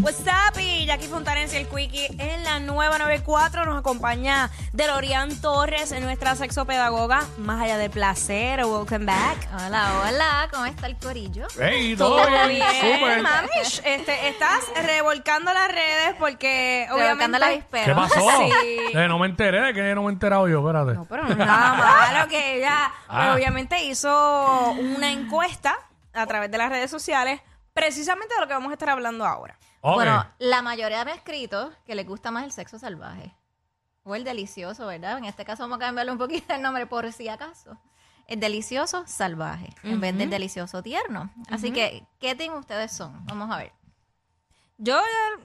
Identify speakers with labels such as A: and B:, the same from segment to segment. A: What's up, y Jackie Fontanes y el Quickie en la nueva 94 nos acompaña Delorian Torres, nuestra sexopedagoga, más allá del placer, welcome back.
B: Hola, hola, ¿cómo está el corillo?
C: ¡Ey! todo bien, súper.
A: Mamish, este, estás revolcando las redes porque
B: Revolcando
A: obviamente...
B: la víspera.
C: ¿Qué pasó?
A: Sí.
C: Eh, no me enteré, de que no me he enterado yo, espérate.
B: No, pues, pero no es
A: Nada
B: nada más.
A: malo que ella pues,
C: Ah.
A: obviamente hizo una encuesta a través de las redes sociales precisamente de lo que vamos a estar hablando ahora.
C: Ok.
B: Bueno, la mayoría me ha escrito que les gusta más el sexo salvaje. O el delicioso, ¿verdad? En este caso vamos a cambiarle un poquito el nombre por si acaso. El delicioso salvaje, en vez del delicioso tierno. Así que, ¿qué team ustedes son? Vamos a ver.
A: Yo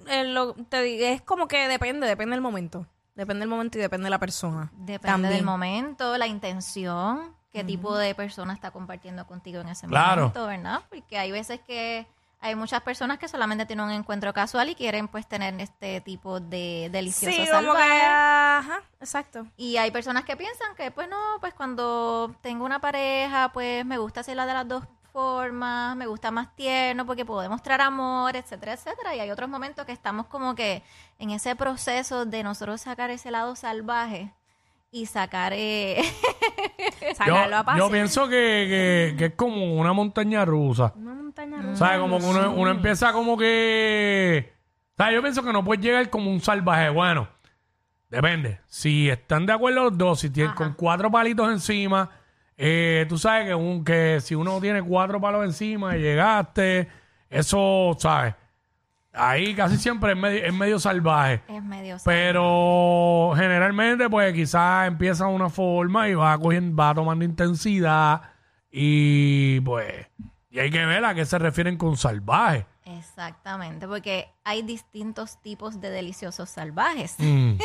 A: eh, lo- te digo, es como que depende, depende del momento. Depende del momento y depende de la persona.
B: Depende
A: También.
B: del momento, la intención, qué tipo de persona está compartiendo contigo en ese
C: Claro.
B: momento, ¿verdad? Porque hay veces que hay muchas personas que solamente tienen un encuentro casual y quieren pues tener este tipo de delicioso
A: Sí, como que,
B: salvaje.
A: ajá, exacto.
B: Y hay personas que piensan que pues no, pues cuando tengo una pareja, pues me gusta hacerla de las dos formas, me gusta más tierno porque puedo demostrar amor, etcétera, etcétera. Y hay otros momentos que estamos como que en ese proceso de nosotros sacar ese lado salvaje y sacar eh,
A: Sacarlo a
C: yo,
A: paso.
C: yo pienso que, que- que es como una montaña rusa.
A: Una
B: Mm.
A: montaña
C: O
A: rusa.
C: ¿Sabes? Como que uno, uno empieza como que. ¿Sabes? Yo pienso que no puedes llegar como un salvaje. Bueno, depende. Si están de acuerdo los dos, si tienen con cuatro palitos encima, eh, tú sabes que, un, que si uno tiene cuatro palos encima y llegaste, eso, ¿sabes? Ahí casi siempre es medio, es medio salvaje.
B: es medio
C: Pero generalmente, pues quizás empieza de una forma y va cogiendo, va tomando intensidad. Y pues, y hay que ver a qué se refieren con salvaje.
B: Exactamente, porque hay distintos tipos de deliciosos salvajes.
C: Mm.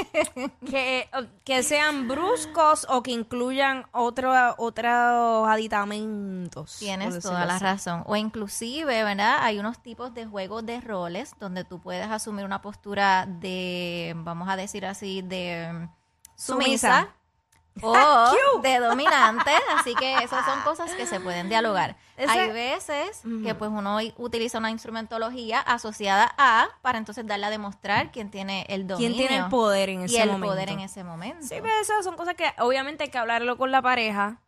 A: Que, que sean bruscos o que incluyan otra- otros aditamentos. por
B: Tienes
A: decirlo
B: toda la
A: así.
B: razón. O inclusive, ¿verdad? Hay unos tipos de juegos de roles donde tú puedes asumir una postura de, vamos a decir así, de mm, sumisa,
A: Ah,
B: o de dominante. Así que esas son cosas que se pueden dialogar.
A: Ese-
B: Hay veces que pues uno i- utiliza una instrumentología asociada a para entonces darle a demostrar quién tiene el dominio.
A: ¿Quién tiene el poder en ese
B: y el
A: momento?
B: poder en ese momento.
A: Sí, pero esas son cosas que obviamente hay que hablarlo con la pareja.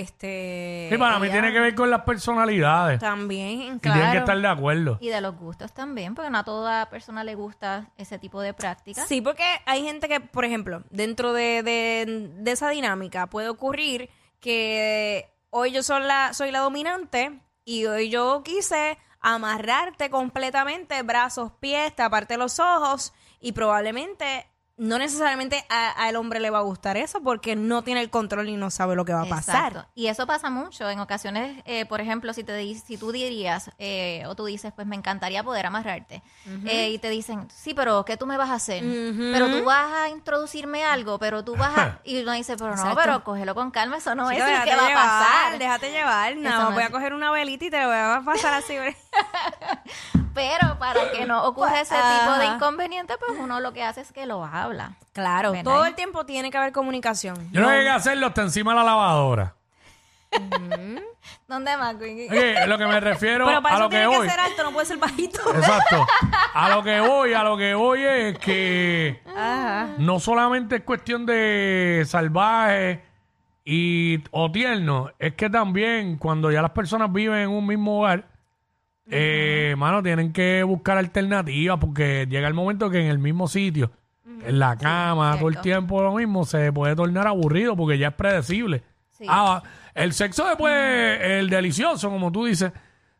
A: Este.
C: Y para mí
A: ella
C: tiene que ver con las personalidades.
A: También,
C: Y tienen que
A: claro.
C: estar de acuerdo.
B: Y de los gustos también, porque no a toda persona le gusta ese tipo de prácticas.
A: Sí, porque hay gente que, por ejemplo, dentro de, de- de esa dinámica puede ocurrir que hoy yo soy la, soy la dominante y hoy yo quise amarrarte completamente, brazos, pies, taparte los ojos y probablemente no necesariamente a- al hombre le va a gustar eso porque no tiene el control y no sabe lo que va a pasar.
B: Exacto. Y eso pasa mucho. En ocasiones, eh, por ejemplo, si te di- si tú dirías eh, o tú dices, pues me encantaría poder amarrarte. Eh, y te dicen, sí, pero ¿qué tú me vas a hacer?
A: Ujú.
B: Pero tú vas a introducirme algo, pero tú vas a... Y uno dice, pero no,
A: Exacto.
B: pero cógelo con calma, eso no
A: Chico,
B: es lo
A: déjate
B: que va a pasar.
A: Déjate llevar.
B: Eso
A: No,
B: no
A: voy
B: es-
A: a coger una velita y te lo voy a pasar así.
B: Pero para que no ocurra ese
A: Pues, Ajá.
B: tipo de inconveniente, pues uno lo que hace es que lo habla.
A: claro,
B: ¿Verdad?
A: todo el tiempo tiene que haber comunicación.
C: Yo lo que hay que hacerlo está encima de la lavadora.
A: Mm.
B: ¿Dónde más? Quickie?
C: Oye, lo que me refiero
A: Pero para
C: a
A: eso
C: lo que
A: tiene
C: voy.
A: que ser alto, no puede ser bajito.
C: Exacto. A lo que voy, a lo que voy es que no solamente es cuestión de salvaje y, o tierno, es que también cuando ya las personas viven en un mismo hogar, eh, mano, tienen que buscar alternativas porque llega el momento que en el mismo sitio, en la cama, todo el
B: cierto.
C: tiempo lo mismo, se puede tornar aburrido porque ya es predecible.
B: Sí.
C: Ah, el sexo después, el delicioso, como tú dices,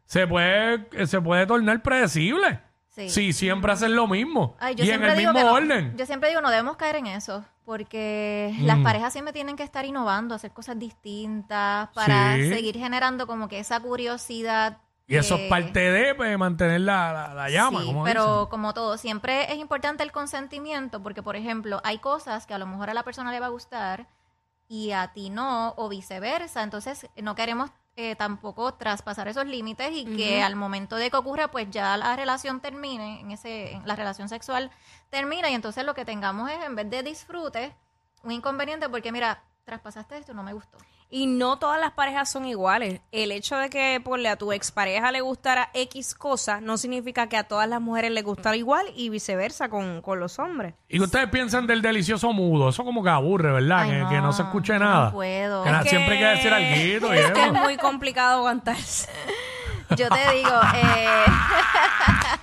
C: se puede, eh, se puede tornar predecible.
B: Sí.
C: Si siempre hacen lo mismo
B: Ay, yo
C: y en
B: siempre
C: el
B: digo
C: mismo
B: que no.
C: orden. Mm.
B: Yo siempre digo, no debemos caer en eso, porque las parejas siempre tienen que estar innovando, hacer cosas distintas para
C: Sí.
B: seguir generando como que esa curiosidad
C: Y eso es parte de pues, mantener la, la- la llama,
B: Sí,
C: como
B: pero
C: dicen.
B: como todo, siempre es importante el consentimiento porque, por ejemplo, hay cosas que a lo mejor a la persona le va a gustar y a ti no, o viceversa. Entonces, no queremos eh, tampoco traspasar esos límites y que al momento de que ocurra, pues ya la relación termine, en ese, en la relación sexual termina y entonces lo que tengamos es, en vez de disfrute, un inconveniente porque, mira, traspasaste esto, no me gustó.
A: Y no todas las parejas son iguales. El hecho de que ponle, a tu expareja le gustara X cosa no significa que a todas las mujeres les gustara igual y viceversa con, con los hombres.
C: Y que ustedes piensan del delicioso mudo. Eso como que aburre, ¿verdad?
B: Ay,
C: que, que no, se escuche
B: yo
C: nada.
B: No puedo.
C: Que nada,
A: Es
C: siempre hay que decir alguito.
A: Es
C: viejo.
A: que es muy complicado aguantarse.
B: Yo te digo, eh...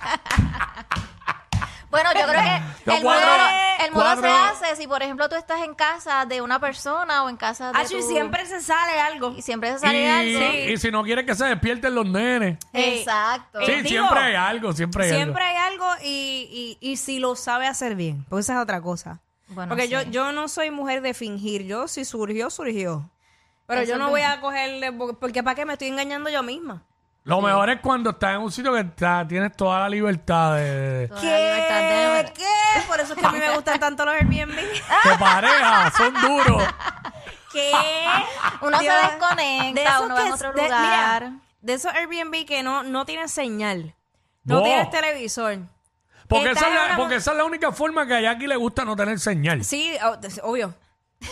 B: bueno, yo creo que
C: Los
B: el
C: cuadros-
B: modo, el modo se
C: cuadros-
B: hace si, por ejemplo, tú estás en casa de una persona o en casa de
A: Ah, sí,
B: tu-
A: siempre se sale algo.
B: y siempre se sale
C: Y,
B: algo.
C: y si no quiere que se despierten los nenes.
A: Eh,
B: Exacto.
C: Sí,
A: digo,
C: siempre hay algo, siempre hay
A: Siempre
C: algo.
A: hay algo y, y, y si lo sabe hacer bien, pues esa es otra cosa.
B: Bueno,
A: Porque yo,
B: sí.
A: yo no soy mujer de fingir, yo si surgió, surgió. Pero
B: Eso
A: yo
B: es
A: no voy
B: verdad.
A: a cogerle, porque- porque para qué me estoy engañando yo misma.
C: Lo mejor es cuando estás en un sitio que está, tienes toda la libertad de, de-
B: Toda la libertad
A: ¿Qué?
B: de-
A: ¿Qué? Por eso es que a mí me gustan tanto los Airbnb.
C: de pareja, son duros.
A: ¿Qué?
B: Uno
A: Dios.
B: se desconecta, uno va en
A: que-
B: otro
A: de- mira,
B: lugar.
A: de esos Airbnb que no, no tienen señal, no
C: No.
A: tienes televisor.
C: Porque
A: Estás
C: esa, es
A: en
C: la,
A: una-
C: porque esa es la única forma que a Jackie le gusta no tener señal.
A: Sí, o- des- obvio.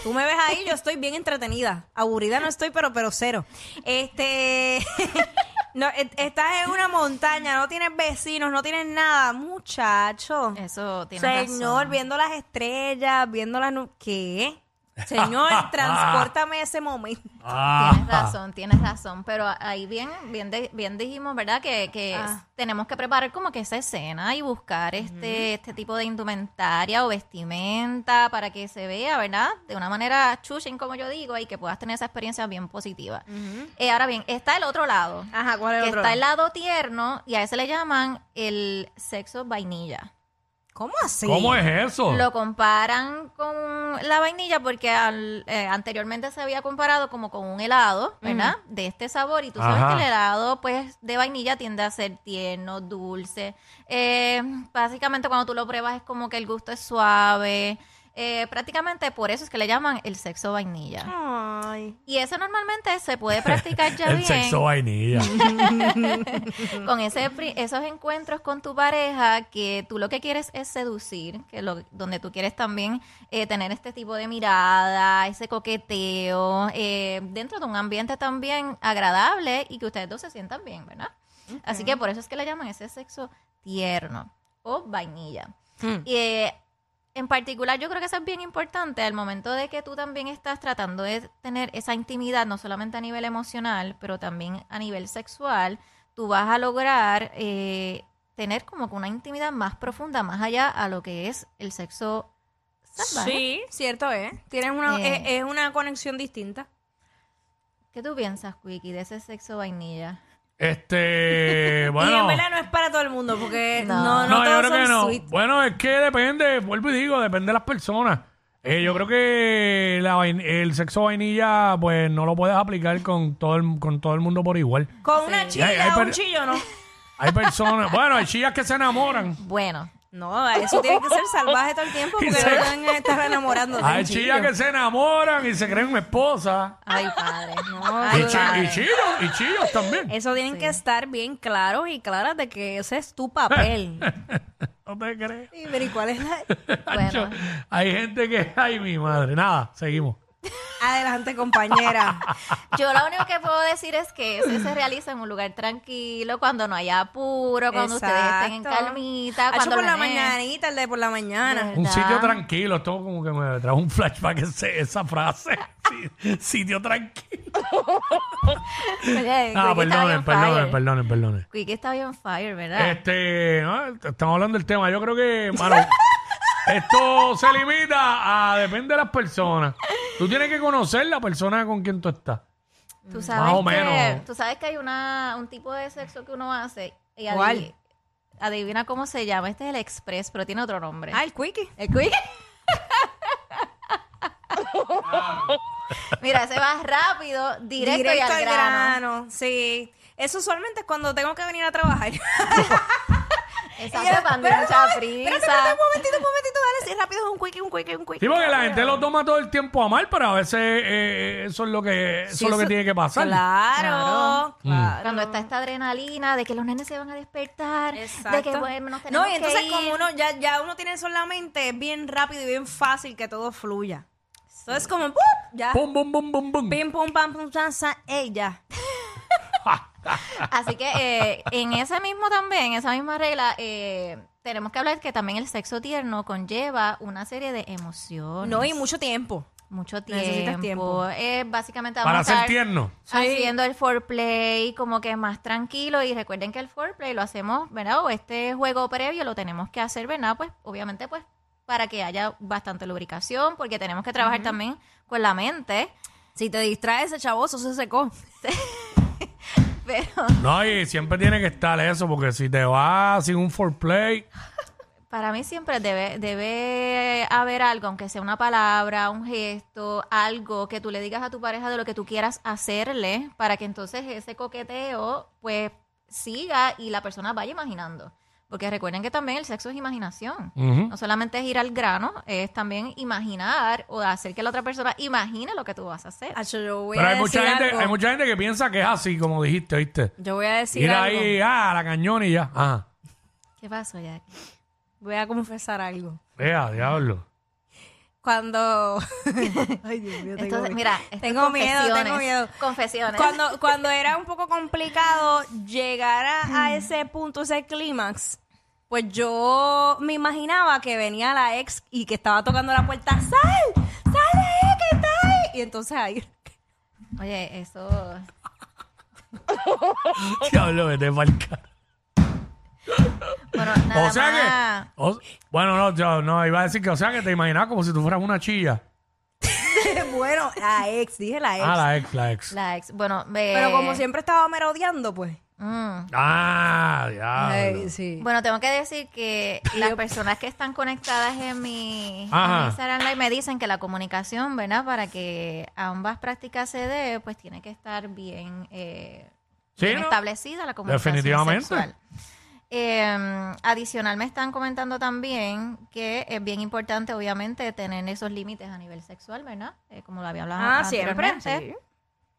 A: Tú me ves ahí, yo estoy bien entretenida. Aburrida no estoy, pero pero cero. Este no, e- estás en una montaña, no tienes vecinos, no tienes nada, muchacho.
B: Eso tiene
A: Señor,
B: razón.
A: viendo las estrellas, viendo las nubes. ¿Qué? Señor, transportame a ese momento.
C: Ah.
B: Tienes razón, tienes razón, pero ahí bien, bien, de- bien dijimos, ¿verdad? Que, que
A: Ah.
B: tenemos que preparar como que esa escena y buscar este, este tipo de indumentaria o vestimenta para que se vea, ¿verdad? De una manera chuchen, como yo digo, y que puedas tener esa experiencia bien positiva. Eh, ahora bien, está el otro lado,
A: Ajá, ¿cuál
B: que
A: es el
B: está
A: otro?
B: el lado tierno y a ese le llaman el sexo vainilla.
A: ¿Cómo así?
C: ¿Cómo es eso?
B: Lo comparan con la vainilla porque al- eh, anteriormente se había comparado como con un helado, ¿verdad? De este sabor. Y tú sabes
C: Ajá.
B: que el helado, pues, de vainilla tiende a ser tierno, dulce. Eh, básicamente cuando tú lo pruebas es como que el gusto es suave. Eh, prácticamente por eso es que le llaman el sexo
C: Ah.
B: vainilla.
A: Ay.
B: Y eso normalmente se puede practicar ya
C: el
B: bien
C: sexo vainilla.
B: con ese, pri- esos encuentros con tu pareja que tú lo que quieres es seducir, que lo, donde tú quieres también eh, tener este tipo de mirada, ese coqueteo, eh, dentro de un ambiente también agradable y que ustedes dos se sientan bien, ¿verdad? Así que por eso es que le llaman ese sexo tierno o vainilla.
A: Hmm.
B: Y eh, en particular yo creo que eso es bien importante al momento de que tú también estás tratando de tener esa intimidad, no solamente a nivel emocional, pero también a nivel sexual, tú vas a lograr eh, tener como que una intimidad más profunda, más allá a lo que es el sexo salvaje.
A: Sí, cierto, ¿eh? Tienes una, es-
B: Eh.
A: es una conexión distinta.
B: ¿Qué tú piensas, Quickie, de ese sexo vainilla?
C: Este,
A: Y en
C: bueno.
A: verdad no es para todo el mundo, porque
B: No.
A: no, no,
C: No, yo
A: todos
C: creo que
A: son
C: no.
A: sweet.
C: Bueno, es que depende, vuelvo y digo, depende de las personas. Eh, yo creo que la vain- el sexo vainilla, pues no lo puedes aplicar con todo el, con todo el mundo por igual.
A: Con una chilla
C: Ay, ay,
A: o un
C: pero-
A: chillo, ¿no?
C: Hay personas, bueno, hay chillas que se enamoran.
B: Bueno,
A: No, eso tiene que ser salvaje todo el tiempo, porque
C: Sí.
A: no deben estar enamorando de
C: Hay
A: un
C: chillas
A: chillo.
C: que se enamoran y se creen esposa.
B: ay padre, Ah, no,
C: Y,
B: ay,
C: chi-
B: padre.
C: y chillos, y chillos también.
A: Eso tienen que estar bien claros y claras de que ese es tu papel.
C: No te crees.
A: Sí, pero ¿y cuál es la...?
C: Ancho, Hay gente que, ay, mi madre. Nada, seguimos.
A: Adelante, compañera.
B: Yo lo único que puedo decir es que eso se realiza en un lugar tranquilo, cuando no haya apuro, cuando ustedes estén en
A: Exacto.
B: calmita,
A: Hacho
B: cuando
A: por la
B: los nenes-
A: mañanita, el de por la mañana.
C: Un
B: ¿Verdad?
C: sitio tranquilo. Esto como que me trajo un flashback ese- esa frase. Sí, sitio tranquilo.
B: Oye,
C: Ah,
B: Quickie está
C: perdonen,
B: bien
C: perdonen,
B: fire.
C: perdonen, perdonen.
B: Quickie está bien fire, ¿verdad?
C: Este, no, estamos hablando del tema. Yo creo que, mano, esto se limita a depende de las personas. Tú tienes que conocer la persona con quien tú estás.
B: Tú
C: Más
B: sabes,
C: o
B: que,
C: menos.
B: tú sabes que hay una, un tipo de sexo que uno hace y adiv-
A: ¿Cuál?
B: adivina cómo se llama. Este es el express, pero tiene otro nombre.
A: Ah, el quickie.
B: ¿El Quickie? Mira, ese va rápido, directo, y al grano.
A: Sí. Eso usualmente es cuando tengo que venir a trabajar.
B: Exacto, cuando hay
A: Espérate,
B: mucha
A: espérate,
B: prisa.
A: espérate, un momentito, un momentito, dale, sí, rápido, un quickie, un quickie, un quickie.
C: Sí, porque la gente lo toma todo el tiempo a mal, pero a veces eh, eso es lo que, eso
A: Sí,
C: es lo que
A: eso-
C: tiene que pasar.
A: Claro, Mm. claro.
B: Cuando está esta adrenalina de que los nenes se van a despertar, de que bueno, nos tenemos
A: no, y entonces
B: que ir.
A: como uno ya, ya uno tiene eso en la mente, es bien rápido y bien fácil que todo fluya. Entonces como ¡pup! ya
C: Pum, pum, pum, pum, pum.
A: pim pum pam pum san, san, ey, ya.
B: Así que eh, en ese mismo también, en esa misma regla, eh, tenemos que hablar que también el sexo tierno conlleva una serie de emociones.
A: No, y mucho tiempo.
B: mucho tiempo.
A: Necesitas tiempo.
B: Eh, básicamente vamos
C: Para
B: a estar
C: ser tierno.
A: Sí.
B: haciendo el foreplay como que más tranquilo y recuerden que el foreplay lo hacemos, ¿verdad? O este juego previo lo tenemos que hacer, ¿verdad? Pues obviamente pues para que haya bastante lubricación porque tenemos que trabajar también con la mente,
A: Si te distraes, ese chavoso se secó.
B: pero
C: No, y siempre tiene que estar eso, porque si te vas sin un foreplay,
B: Para mí siempre debe, debe haber algo, aunque sea una palabra, un gesto, algo que tú le digas a tu pareja de lo que tú quieras hacerle, para que entonces ese coqueteo pues siga y la persona vaya imaginando. Porque recuerden que también el sexo es imaginación.
C: ujú,
B: No solamente es ir al grano, es también imaginar o hacer que la otra persona imagine lo que tú vas a hacer.
A: Acho, yo voy
C: Pero
A: a
C: hay
A: decir
C: mucha, gente,
A: algo.
C: hay mucha gente que piensa que es así, como dijiste, ¿viste?
A: Yo voy a decir
C: Ir
A: algo.
C: ahí, ah, a la cañón y ya. Ah, Ajá.
B: ¿Qué pasó, Jack?
A: Voy a confesar algo.
C: Vea, diablo.
A: Cuando Ay, Dios mío, tengo miedo.
B: Entonces, mira, esto es
A: Tengo miedo, tengo
B: confesiones,
A: miedo.
B: Confesiones.
A: cuando, cuando era un poco complicado llegar a,
C: Hmm.
A: a ese punto, ese clímax, pues yo me imaginaba que venía la ex y que estaba tocando la puerta, ¡sal! ¡Sal de ahí, que está ahí! Y entonces ahí...
B: Oye, eso...
C: Diablo, vete pa'l ca-
B: Bueno, nada
C: O sea
B: más-
C: que. o- bueno, no, yo no iba a decir que, o sea que te imaginabas como si tú fueras una chilla.
A: bueno, la ex, dije la ex.
C: Ah, la ex, la ex.
B: La ex, bueno, ve-
A: Pero como siempre estaba merodeando, pues.
B: Mm.
C: Ah, diablo.
A: Ay, sí.
B: Bueno, tengo que decir que las personas que están conectadas en mi,
C: Ajá.
B: en mi Instagram Live me dicen que la comunicación, ¿verdad? Para que ambas prácticas se dé, pues tiene que estar bien, eh,
C: Sí,
B: bien
C: ¿no?
B: establecida la comunicación
C: Definitivamente.
B: sexual. Eh, adicional, me están comentando también que es bien importante, obviamente, tener esos límites a nivel sexual, ¿verdad? Eh, como lo había hablado
A: Ah, siempre.
B: anteriormente.
A: sí.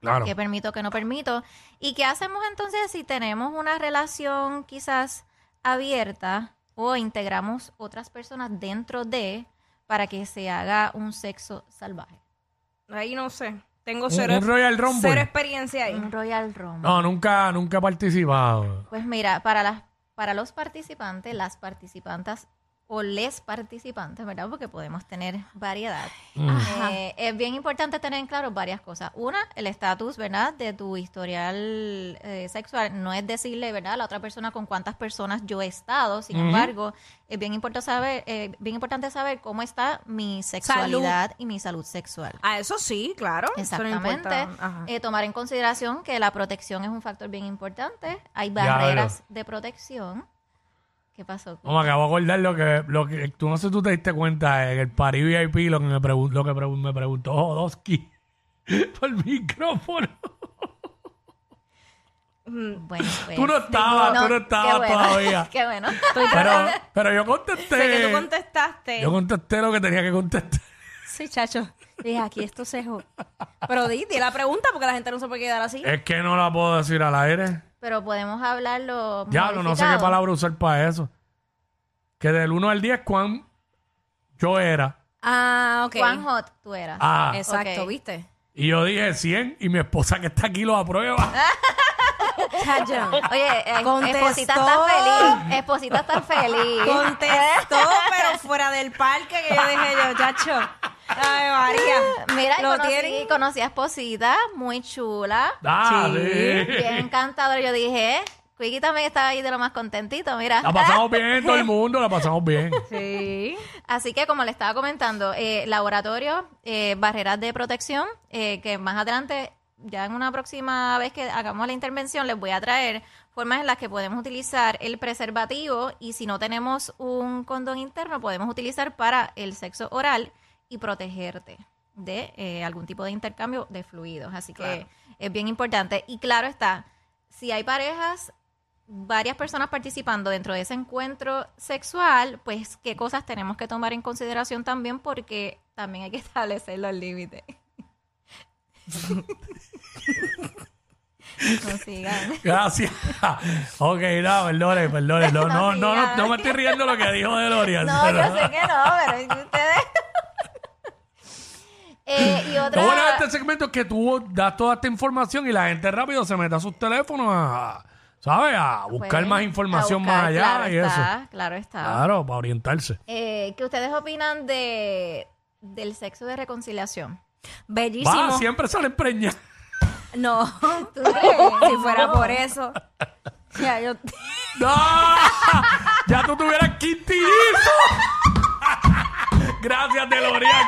C: Claro.
B: qué permito, qué no permito. ¿Y qué hacemos entonces si tenemos una relación quizás abierta o integramos otras personas dentro de para que se haga un sexo salvaje?
A: Ahí no sé. Tengo
C: Un-
A: cero,
C: un Royal Rumble.
A: cero experiencia ahí.
B: Un Royal Rumble.
C: No, nunca, nunca he participado.
B: Pues mira, para las para los participantes, las participantes o les participantes, ¿verdad? Porque podemos tener variedad.
C: Mm.
B: Eh, es bien importante tener en claro varias cosas. Una, el estatus, ¿verdad? De tu historial eh, sexual. No es decirle, ¿verdad? A la otra persona con cuántas personas yo he estado. Sin
C: Ujú.
B: embargo, es bien importante saber, eh, bien importante saber cómo está mi sexualidad y mi salud sexual.
A: Ah, eso sí, claro. Eso no importa.
B: Exactamente.
A: Ajá.
B: Eh, tomar en consideración que la protección es un factor bien importante. Hay
C: Ya
B: barreras de protección. ¿Qué pasó?
C: No, me acabo de acordar lo que, lo que tú no sé si tú te diste cuenta en el Party VIP lo que me, pregun- lo que pregun- me preguntó Jodosky por micrófono.
B: Bueno, pues,
C: Tú no estabas, tú no estabas
B: qué bueno,
C: todavía.
B: qué bueno.
C: Pero, pero yo contesté.
A: Sé que tú contestaste.
C: Yo contesté lo que tenía que contestar.
A: Sí, chacho. Dije, aquí esto se jo- Pero di, di la pregunta porque la gente no se puede quedar así.
C: Es que no la puedo decir al aire.
B: Pero podemos hablarlo.
C: Diablo, no sé qué
B: modificado.
C: palabra usar para eso. Que del 1 al 10, ¿cuán yo era?
A: Ah, ok.
B: Juan Hot, tú eras.
C: Ah,
A: Exacto,
B: Ok.
A: ¿viste?
C: y yo dije 100 y mi esposa que está aquí lo aprueba.
A: Chacho.
B: Oye, eh,
A: Contestó.
B: Esposita está feliz. Esposita está feliz.
A: Contestó, pero fuera del parque que yo dije yo, chacho. Ay, María.
B: Mira, y
A: lo
B: conocí,
A: tienen.
B: conocí a Esposita, muy chula.
C: Dale.
B: Bien encantador. Yo dije, eh, Quickie también estaba ahí de lo más contentito, mira.
C: La pasamos bien, todo el mundo, la pasamos bien.
A: Sí.
B: Así que, como le estaba comentando, eh, laboratorio, eh, barreras de protección, eh, que más adelante, ya en una próxima vez que hagamos la intervención, les voy a traer formas en las que podemos utilizar el preservativo y si no tenemos un condón interno, podemos utilizar para el sexo oral y protegerte de eh, algún tipo de intercambio de fluidos. Así que es bien importante. Y claro está, si hay parejas, varias personas participando dentro de ese encuentro sexual, pues qué cosas tenemos que tomar en consideración también porque también hay que establecer los límites. no sigan.
C: Gracias. ok, no, perdone, perdone. No, no, no, no, no me estoy riendo lo que dijo de Lorian.
B: No, yo sé que no, pero es que ustedes... Eh, y otra...
C: Lo bueno de este segmento es que tú das toda esta información y la gente rápido se mete a sus teléfonos a, ¿sabes? A buscar
B: Pues,
C: más
B: a
C: información
B: buscar,
C: más allá
B: claro
C: y
B: está,
C: eso. Ah.
B: Claro está.
C: Claro, para orientarse.
B: Eh, ¿Qué ustedes opinan de del sexo de reconciliación?
A: Bellísimo.
C: Va, siempre salen preñadas.
A: No,
B: ¿Tú crees?
A: si fuera por eso. Ya, yo...
C: ¡No! ¡Ya tú tuvieras quintillizo! Gracias, Delorian.